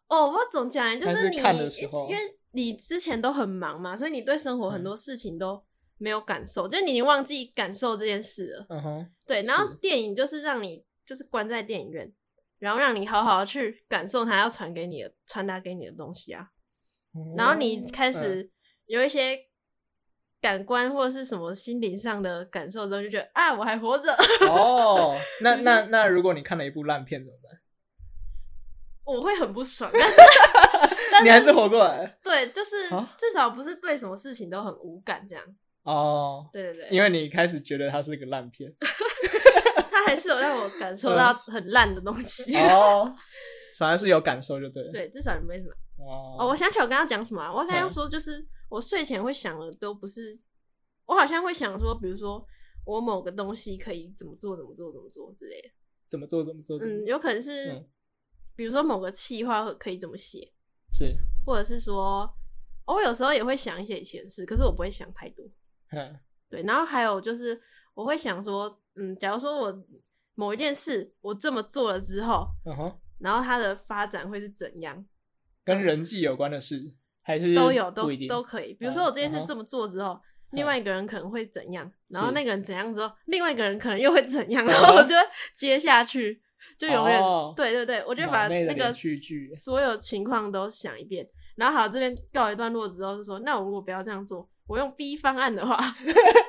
Speaker 1: 哦，我怎么讲欸？就
Speaker 2: 还是
Speaker 1: 你
Speaker 2: 看的时候嗯
Speaker 1: 因为你之前都很忙嘛，所以你对生活很多事情都没有感受，就你已经忘记感受这件事了。
Speaker 2: 哦，嗯哼，
Speaker 1: 对，然后
Speaker 2: 是
Speaker 1: 电影就是让你就是关在电影院，然后让你好好地去感受它要传给你的、传达给你的东西啊。然后
Speaker 2: 哦
Speaker 1: 你
Speaker 2: 嗯
Speaker 1: 开始有一些感官或者是什么心灵上的感受之后，就觉得啊，我还活着，
Speaker 2: 哦，那那那，如果你看了一部烂片怎么办？
Speaker 1: 我会很不爽。但 是但
Speaker 2: 你还是活过来了
Speaker 1: 对，就是
Speaker 2: 啊
Speaker 1: 至少不是对什么事情都很无感这样。
Speaker 2: 哦，
Speaker 1: 对对对，
Speaker 2: 因为你开始觉得它是个烂片
Speaker 1: 它还是有让我感受到很烂的东西。
Speaker 2: 嗯 哦，反而是有感受就对了。
Speaker 1: 对，至少也没什么。哦，
Speaker 2: 哦
Speaker 1: 我想起我刚刚讲什么、啊，我刚刚
Speaker 2: 嗯
Speaker 1: 说就是我睡前会想的都不是，我好像会想说，比如说我某个东西可以怎么做怎么做怎么做之类的，
Speaker 2: 怎么做怎么做，怎么
Speaker 1: 嗯，
Speaker 2: 做
Speaker 1: 有可能是、
Speaker 2: 嗯
Speaker 1: 比如说某个企划可以怎么写，
Speaker 2: 是，
Speaker 1: 或者是说、哦我有时候也会想一些以前的事，可是我不会想太多，
Speaker 2: 嗯
Speaker 1: 对，然后还有就是我会想说，嗯，假如说我某一件事我这么做了之后，
Speaker 2: 嗯哼，
Speaker 1: 然后它的发展会是怎样，
Speaker 2: 跟人际有关的事还是
Speaker 1: 都有，
Speaker 2: 不
Speaker 1: 都
Speaker 2: 一定
Speaker 1: 都可以。比如说我这件
Speaker 2: 嗯
Speaker 1: 事
Speaker 2: 哼
Speaker 1: 这么做之后，另外一个人可能会怎样，然后
Speaker 2: 是
Speaker 1: 那个人怎样之后，另外一个人可能又会怎样，
Speaker 2: 嗯哼
Speaker 1: 然后我就会接下去，就永远、
Speaker 2: 哦
Speaker 1: 对对对，我就把
Speaker 2: 脑内的
Speaker 1: 那个
Speaker 2: 连续剧
Speaker 1: 所有情况都想一遍，然后好这边告一段落之后，就说那我如果不要这样做，我用 B 方案的话，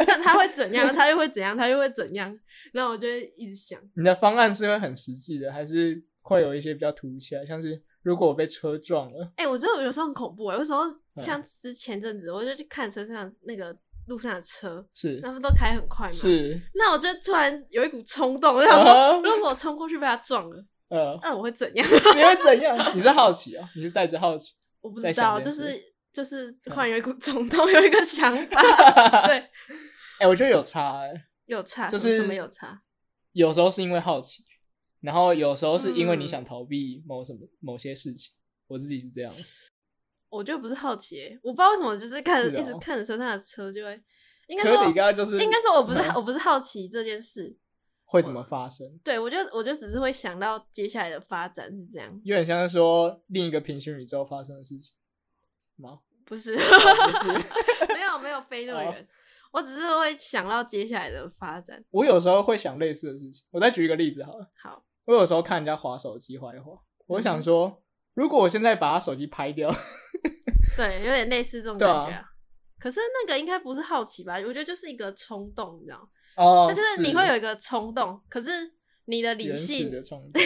Speaker 1: 那他会怎样？他又会怎样？他又会怎样？然后我就会一直想，
Speaker 2: 你的方案是会很实际的，还是会有一些比较突如其来，像是如果我被车撞了，
Speaker 1: 哎、我觉得有时候很恐怖、欸，有时候
Speaker 2: 嗯
Speaker 1: 像之前阵子，我就去看车上那个路上的车。
Speaker 2: 是
Speaker 1: 他们都开很快嘛，
Speaker 2: 是
Speaker 1: 那我就突然有一股冲动，我想说，
Speaker 2: 啊
Speaker 1: 如果我冲过去被他撞了，
Speaker 2: 呃，
Speaker 1: 那我会怎样？
Speaker 2: 你会怎样？ 你是好奇哦，你是带着好奇，
Speaker 1: 我不知
Speaker 2: 在想
Speaker 1: 道，就
Speaker 2: 这件事嗯
Speaker 1: 是就是突然有一股冲动，有一个想法， 对，
Speaker 2: 哎、我觉得有差、欸，
Speaker 1: 有差，
Speaker 2: 就
Speaker 1: 什么
Speaker 2: 是
Speaker 1: 什么有差，
Speaker 2: 有时候是因为好奇，然后有时候是因为你
Speaker 1: 嗯
Speaker 2: 想逃避某什么、某些事情。我自己是这样，
Speaker 1: 我就不是好奇欸，我不知道为什么，就是看着
Speaker 2: 是哦
Speaker 1: 一直看着车上的车就会，应该
Speaker 2: 可是
Speaker 1: 说
Speaker 2: 你刚刚就是
Speaker 1: 应该说我不是
Speaker 2: 嗯
Speaker 1: 我不是好奇这件事，
Speaker 2: 会怎么发生，
Speaker 1: 对我就我就只是会想到接下来的发展是这样，
Speaker 2: 有点像是说另一个平行宇宙发生的事情吗？
Speaker 1: 不是
Speaker 2: 不是，
Speaker 1: 没有没有飞那么
Speaker 2: 哦
Speaker 1: 远，我只是会想到接下来的发展，
Speaker 2: 我有时候会想类似的事情。我再举一个例子好了，
Speaker 1: 好。嗯
Speaker 2: 我有时候看人家划手机划一划，我会想说，如果我现在把他手机拍 掉，
Speaker 1: 对，有点类似这种感觉、
Speaker 2: 对啊
Speaker 1: 可是那个应该不是好奇吧？我觉得就是一个冲动，你知道吗？
Speaker 2: 哦
Speaker 1: 它就是你会有一个冲动，可是你的理
Speaker 2: 原始
Speaker 1: 性
Speaker 2: 的，冲动，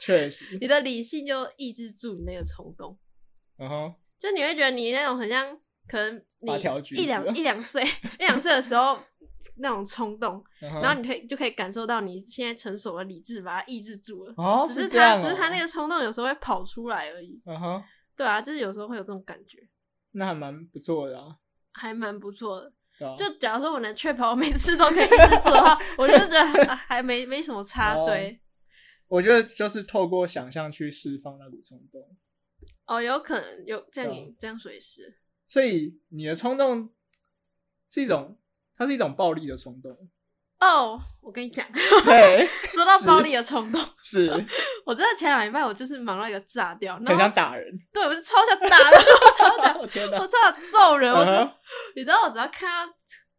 Speaker 2: 确实，
Speaker 1: 你的理性就抑制住你那个冲动，
Speaker 2: 嗯哼，
Speaker 1: 就你会觉得你那种很像可能你
Speaker 2: 八条橘子啊
Speaker 1: 一两一两岁一两岁的时候那种冲 动，
Speaker 2: 然
Speaker 1: 然后你可以就可以感受到你现在成熟的理智把它抑制住了。
Speaker 2: 哦，
Speaker 1: 只是
Speaker 2: 这样
Speaker 1: 它，
Speaker 2: 哦
Speaker 1: 只是它那，个冲动有时候会跑出来而已。
Speaker 2: 嗯哼，
Speaker 1: 对啊，就是有时候会有这种感觉，
Speaker 2: 那还蛮不错的啊，
Speaker 1: 还蛮不错的。
Speaker 2: 对啊，
Speaker 1: 就假如说我能确保我每次都可以一直做的 话，我就觉得还还没没什么差。
Speaker 2: 哦
Speaker 1: 对，
Speaker 2: 我觉得就是透过想象去释放那股冲动，
Speaker 1: 哦，有可能有这样
Speaker 2: 对啊
Speaker 1: 这样水是，
Speaker 2: 所以你的冲动是一种，它是一种暴力的冲 动，
Speaker 1: 哦，我跟你 讲，
Speaker 2: 对，
Speaker 1: 说到
Speaker 2: 是
Speaker 1: 暴力的冲动，
Speaker 2: 是
Speaker 1: 我真的前两礼拜我就是忙到一个炸掉，
Speaker 2: 很
Speaker 1: 然
Speaker 2: 想
Speaker 1: 后
Speaker 2: 打人，
Speaker 1: 对我就超想打人， 我超 想，
Speaker 2: 哦天
Speaker 1: 我超
Speaker 2: 哪，
Speaker 1: 想揍人。我
Speaker 2: 嗯
Speaker 1: 真的
Speaker 2: 哼
Speaker 1: 你知道，我只要看到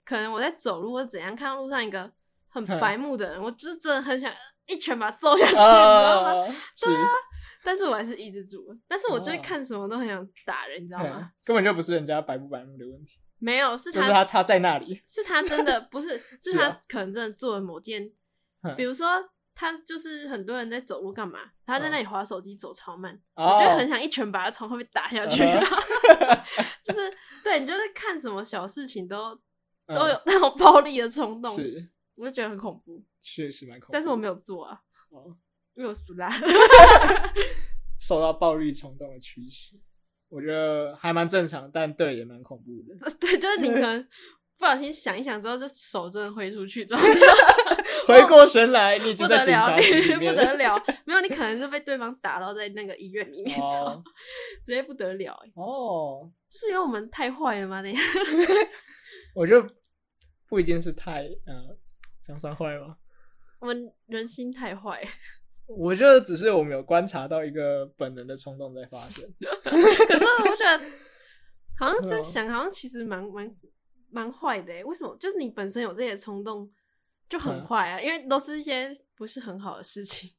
Speaker 1: 可能我在走路或者怎样，看到路上一个很
Speaker 2: 哼
Speaker 1: 白目的人，我就是真的很想一拳把他揍下去，你知道吗？
Speaker 2: 啊，是，
Speaker 1: 但是我还是抑制住了。但是我最近
Speaker 2: 哦
Speaker 1: 看什么都很想打人，你知道吗
Speaker 2: 嗯？根本就不是人家白不白目的问题，
Speaker 1: 没有，是
Speaker 2: 就是他他在那里，
Speaker 1: 是他真的不是，是
Speaker 2: 是
Speaker 1: 他
Speaker 2: 啊
Speaker 1: 可能真的做了某件，
Speaker 2: 嗯
Speaker 1: 比如说他就是很多人在走路干嘛？他在那里划手机，走超慢，
Speaker 2: 哦
Speaker 1: 我就很想一拳把他从后面打下去。
Speaker 2: 嗯哼
Speaker 1: 就是对你就是看什么小事情都
Speaker 2: 嗯
Speaker 1: 都有那种暴力的冲动，
Speaker 2: 是
Speaker 1: 我就觉得很恐怖。
Speaker 2: 确实蛮恐怖的，
Speaker 1: 但是我没有做啊，
Speaker 2: 哦
Speaker 1: 因为我输啦。
Speaker 2: 受到暴力冲动的驱使，我觉得还蛮正常，但对也蛮恐怖 的。
Speaker 1: 对，就是你可能不小心想一想之后，就手真的挥出去 之后，
Speaker 2: 回过神来， 你已
Speaker 1: 不
Speaker 2: 经
Speaker 1: 得
Speaker 2: 在警
Speaker 1: 了，
Speaker 2: 察局
Speaker 1: 你
Speaker 2: 里
Speaker 1: 不
Speaker 2: 面
Speaker 1: 得
Speaker 2: 了。
Speaker 1: 了，没有你可能就被对方打到在那个医院里面，之后
Speaker 2: 哦
Speaker 1: 直接不得了、欸。
Speaker 2: 哦，
Speaker 1: 是因为我们太坏了吗？那样
Speaker 2: 我觉得不一定是太呃，这样算坏吗？
Speaker 1: 我们人心太坏了，
Speaker 2: 我觉得只是我们有观察到一个本能的冲动在发生。
Speaker 1: 可是我觉得好像在
Speaker 2: 嗯
Speaker 1: 想，好像其实蛮蛮蛮坏的、欸。为什么？就是你本身有这些冲动就很
Speaker 2: 嗯
Speaker 1: 坏啊，因为都是一些不是很好的事情。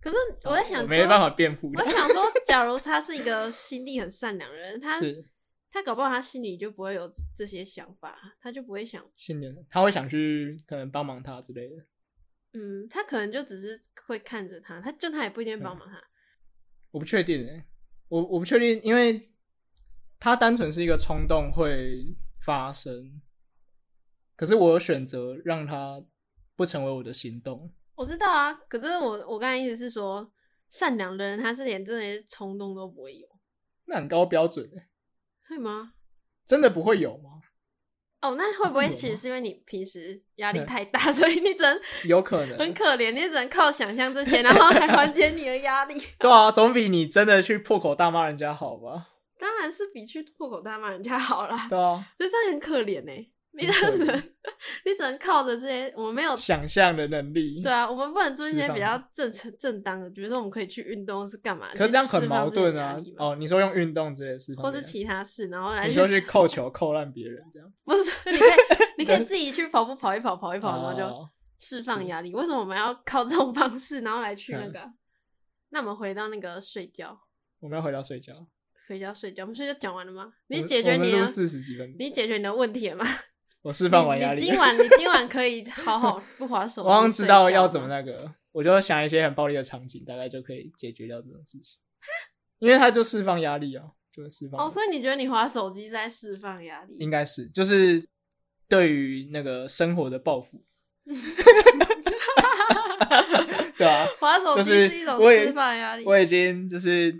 Speaker 1: 可是我在想
Speaker 2: 哦
Speaker 1: 说，
Speaker 2: 我没办法辩护的
Speaker 1: 我，想说，假如他是一个心地很善良的人，他
Speaker 2: 是
Speaker 1: 他搞不好他心里就不会有这这些想法，他就不会想，
Speaker 2: 信念，他会想去可能帮忙他之类的。
Speaker 1: 嗯，他可能就只是会看着他，他就他也不一定会
Speaker 2: 嗯
Speaker 1: 帮忙他。
Speaker 2: 我不确定诶、欸我我不确定，因为他单纯是一个冲动会发生，可是我有选择让他不成为我的行动。
Speaker 1: 我知道啊，可是我我刚才意思是说，善良的人他是连这些冲动都不会有，
Speaker 2: 那很高标准、欸，
Speaker 1: 会吗？
Speaker 2: 真的不会有吗？
Speaker 1: 哦，那会不会
Speaker 2: 会 有
Speaker 1: 其实
Speaker 2: 吗
Speaker 1: 是因为你平时压力
Speaker 2: 对
Speaker 1: 太大， 所以你只能
Speaker 2: 有可能，
Speaker 1: 很可怜，你只能靠想象这些，然后来缓解你的压力。
Speaker 2: 对啊，总比你真的去破口大骂人家好吧？
Speaker 1: 当然是比去破口大骂人家好啦。
Speaker 2: 对啊，
Speaker 1: 就这样很可怜呢、欸你这样
Speaker 2: 很可
Speaker 1: 子
Speaker 2: 怜，
Speaker 1: 你只能靠着这些，我们没有
Speaker 2: 想象的能力。
Speaker 1: 哦对啊，我们不能做一
Speaker 2: 释
Speaker 1: 些
Speaker 2: 放
Speaker 1: 比较正常正当的，比如说我们可以去运动是干嘛？
Speaker 2: 可是
Speaker 1: 去
Speaker 2: 这样很
Speaker 1: 释放
Speaker 2: 矛
Speaker 1: 自己的
Speaker 2: 盾
Speaker 1: 压
Speaker 2: 啊
Speaker 1: 力！嘛，
Speaker 2: 哦，你说用运动之类的事，
Speaker 1: 或是其他事，然后来
Speaker 2: 你
Speaker 1: 去
Speaker 2: 说去扣球扣烂别人这样，
Speaker 1: 不是，你可以你可以自己去跑步跑一跑，跑一跑，然后就
Speaker 2: 哦
Speaker 1: 释放
Speaker 2: 是
Speaker 1: 压力。为什么我们要靠这种方式，然后来去那
Speaker 2: 嗯
Speaker 1: 个啊？那我们回到那个睡觉，
Speaker 2: 我们要回到睡觉。
Speaker 1: 回家睡觉，我们睡觉讲完了吗？你
Speaker 2: 我
Speaker 1: 解决
Speaker 2: 我们
Speaker 1: 你
Speaker 2: 录
Speaker 1: 的，
Speaker 2: 40几分钟
Speaker 1: 你解决你的问题了吗？
Speaker 2: 我释放完
Speaker 1: 你
Speaker 2: 压
Speaker 1: 你
Speaker 2: 力，
Speaker 1: 今晚你今晚可以好 好不划手机，
Speaker 2: 我好像知道
Speaker 1: 睡觉
Speaker 2: 要
Speaker 1: 吗
Speaker 2: 怎么那个，我就想一些很暴力的场景，大概就可以解决掉这种事情。 因为他就释放压力啊，就是释放。
Speaker 1: 哦，所以你觉得你划手机是在释放压力？
Speaker 2: 应该是就是对于那个生活的报复，对啊，
Speaker 1: 划手
Speaker 2: 就
Speaker 1: 机
Speaker 2: 是
Speaker 1: 是一种
Speaker 2: 我也
Speaker 1: 释放压力。
Speaker 2: 我已经就是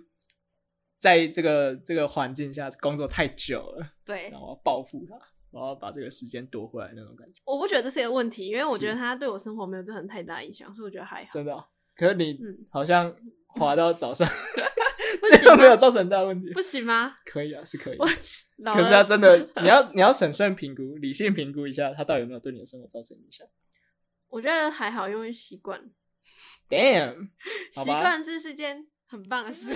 Speaker 2: 在这个这个环境下工作太久了，
Speaker 1: 对
Speaker 2: 然， 后我要报复他，我要把这个时间夺回来那种感觉，
Speaker 1: 我不觉得这是一个问题，因为我
Speaker 2: 是
Speaker 1: 觉得它对我生活没有这很太大影响，所以我觉得还好。
Speaker 2: 真的啊、可是你
Speaker 1: 嗯
Speaker 2: 好像滑到早 上，
Speaker 1: 不
Speaker 2: 这
Speaker 1: 行
Speaker 2: 样没有
Speaker 1: 吗？
Speaker 2: 造成大问题
Speaker 1: 不，行吗？
Speaker 2: 可以啊，是 可以
Speaker 1: 我
Speaker 2: 的。
Speaker 1: 老
Speaker 2: 可是
Speaker 1: 了
Speaker 2: 他，真的， 你要你要审慎评估、理性评估一下，他到底有没有对你的生活造成影响。
Speaker 1: 我觉得还好，因为习惯，
Speaker 2: Damn，
Speaker 1: 习
Speaker 2: 好吧
Speaker 1: 惯是是件很棒的 事，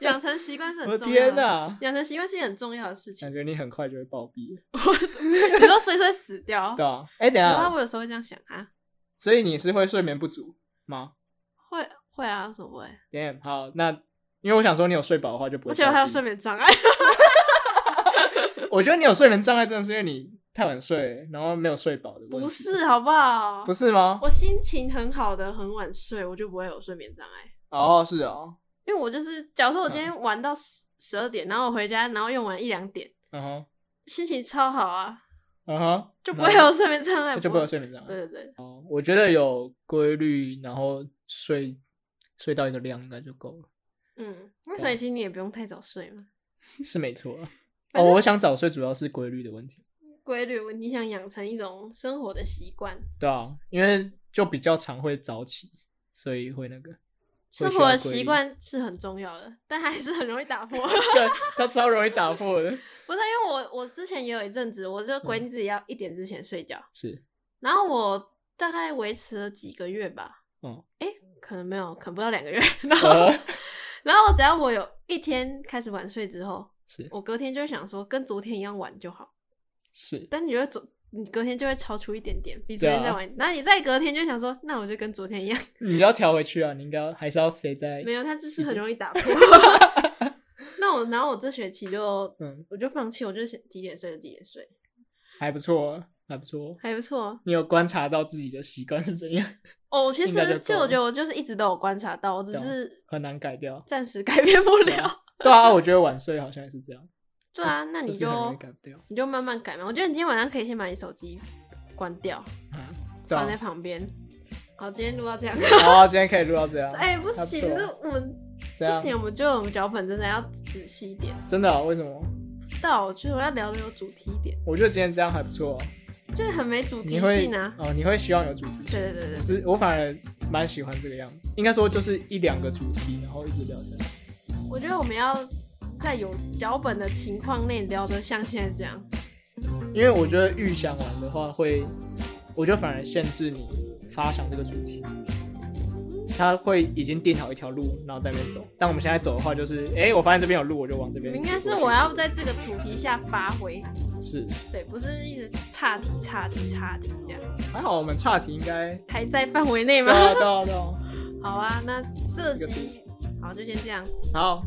Speaker 1: 养成习惯是
Speaker 2: 我
Speaker 1: 很
Speaker 2: 的
Speaker 1: 重要
Speaker 2: 天
Speaker 1: 的。
Speaker 2: 哪！
Speaker 1: 养成习惯是一件很重要的事情
Speaker 2: 感，觉你很快就会暴毙了，
Speaker 1: 你说睡睡死掉
Speaker 2: 对，啊，哎、等一
Speaker 1: 然后
Speaker 2: 下，
Speaker 1: 我有时候会这样想啊，
Speaker 2: 所以你是会睡眠不足吗
Speaker 1: 会会啊，有什么不会？
Speaker 2: ？Damn，好，那因为我想说你有睡饱的话就不会。
Speaker 1: 而且我还有睡，眠障碍，
Speaker 2: 我觉得你有睡眠障碍，真的是因为你太晚睡，然后没有睡饱的问题。
Speaker 1: 不，是好不好？
Speaker 2: 不是吗？
Speaker 1: 我心情很好的很晚睡，我就不会有睡眠障碍。
Speaker 2: 哦，是哦，
Speaker 1: 因为我就是，假如说我
Speaker 2: 嗯
Speaker 1: 今天玩到十十二点，然后我回家，然后用完一两点，
Speaker 2: 嗯哼，
Speaker 1: 心情超好啊，
Speaker 2: 嗯哼，
Speaker 1: 就不会有睡眠障碍，
Speaker 2: 那就不
Speaker 1: 不
Speaker 2: 会有睡眠障碍。
Speaker 1: 对对对，
Speaker 2: 哦，我觉得有规律，然后睡睡到一个量应该就够了，
Speaker 1: 嗯，那所以其实你也不用太早睡嘛，
Speaker 2: 是没错啊。
Speaker 1: 反
Speaker 2: 哦，
Speaker 1: 正
Speaker 2: 我想早睡主要是规律的问题，
Speaker 1: 规律，你想养成一种生活的习惯，
Speaker 2: 对啊，因为就比较常会早起，所以会那个。
Speaker 1: 生活的习惯是很重要的，但还是很容易打破。
Speaker 2: 对，他超容易打破的。
Speaker 1: 不是因为我我之前也有一阵子，我就
Speaker 2: 嗯
Speaker 1: 规定自己要一点之前睡觉，
Speaker 2: 是，
Speaker 1: 然后我大概维持了几个月吧，
Speaker 2: 嗯，
Speaker 1: 可能没有，可能不到两个月， 然后。
Speaker 2: 呃，
Speaker 1: 然后只要我有一天开始晚睡之后，
Speaker 2: 是
Speaker 1: 我隔天就会想说跟昨天一样晚就好。
Speaker 2: 是，
Speaker 1: 但你觉得昨你隔天就会超出一点点，比昨天再
Speaker 2: 对啊
Speaker 1: 晚。那、你再隔天就想说，那我就跟昨天一样。
Speaker 2: 你要调回去啊，你应该要还是要谁在？
Speaker 1: 没有，它就是很容易 打破。那我然后我这学期就
Speaker 2: 嗯，
Speaker 1: 我就放弃，我就想几点睡就几点睡。
Speaker 2: 还不错啊，还不错。
Speaker 1: 还不错。啊
Speaker 2: 你有观察到自己的习惯是怎样，
Speaker 1: 哦，我其
Speaker 2: 应该就
Speaker 1: 实其实我
Speaker 2: 够
Speaker 1: 觉得我就是一直都有观察到，我只
Speaker 2: 懂
Speaker 1: 是
Speaker 2: 很难改掉。
Speaker 1: 暂时改变不了。
Speaker 2: 对啊，我觉得晚睡好像也是这样。
Speaker 1: 对啊，那你
Speaker 2: 是
Speaker 1: 就
Speaker 2: 很容易改不掉
Speaker 1: 你就慢慢改嘛。我觉得你今天晚上可以先把你手机关掉，
Speaker 2: 啊。对
Speaker 1: 放在
Speaker 2: 啊，
Speaker 1: 旁边。好，今天录到这样。
Speaker 2: 好，啊今天可以录到这 样。
Speaker 1: 哎、不
Speaker 2: 还
Speaker 1: 行，
Speaker 2: 错
Speaker 1: 这我们
Speaker 2: 这
Speaker 1: 不
Speaker 2: 样
Speaker 1: 行，我们就我们脚本真的要仔细一点。
Speaker 2: 真的啊、为什么？
Speaker 1: 不知道，我觉得我要聊的有主题一点，
Speaker 2: 我觉得今天这样还不错、啊
Speaker 1: 就是很没主题
Speaker 2: 你会
Speaker 1: 性啊。
Speaker 2: 哦，你会希望有主题性。
Speaker 1: 对对对
Speaker 2: 我
Speaker 1: 对，
Speaker 2: 是我反而蛮喜欢这个样子，应该说就是一两个主题，然后一直聊下来。
Speaker 1: 我觉得我们要在有脚本的情况内聊得像现在这样。
Speaker 2: 因为我觉得预想完的话会，我觉得反而限制你发想这个主题。他会已经定好一条路，然后在那边走。但我们现在走的话，就是哎、我发现这边有路，我就往这边。
Speaker 1: 应该是我要在这个主题下发挥，
Speaker 2: 是
Speaker 1: 对，不是一直岔题、岔题、岔题这样，
Speaker 2: 还好，我们岔题应该
Speaker 1: 还在范围内
Speaker 2: 对
Speaker 1: 吗？
Speaker 2: 啊对啊对啊。
Speaker 1: 好啊，那这
Speaker 2: 一个主
Speaker 1: 集
Speaker 2: 题
Speaker 1: 好就先这样。
Speaker 2: 好，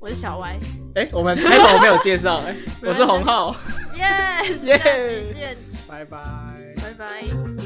Speaker 1: 我是小歪，
Speaker 2: 哎、我们开 头没有介绍、哎，我是洪浩，
Speaker 1: 耶、
Speaker 2: 耶
Speaker 1: 下期见，
Speaker 2: 拜拜。
Speaker 1: 拜拜。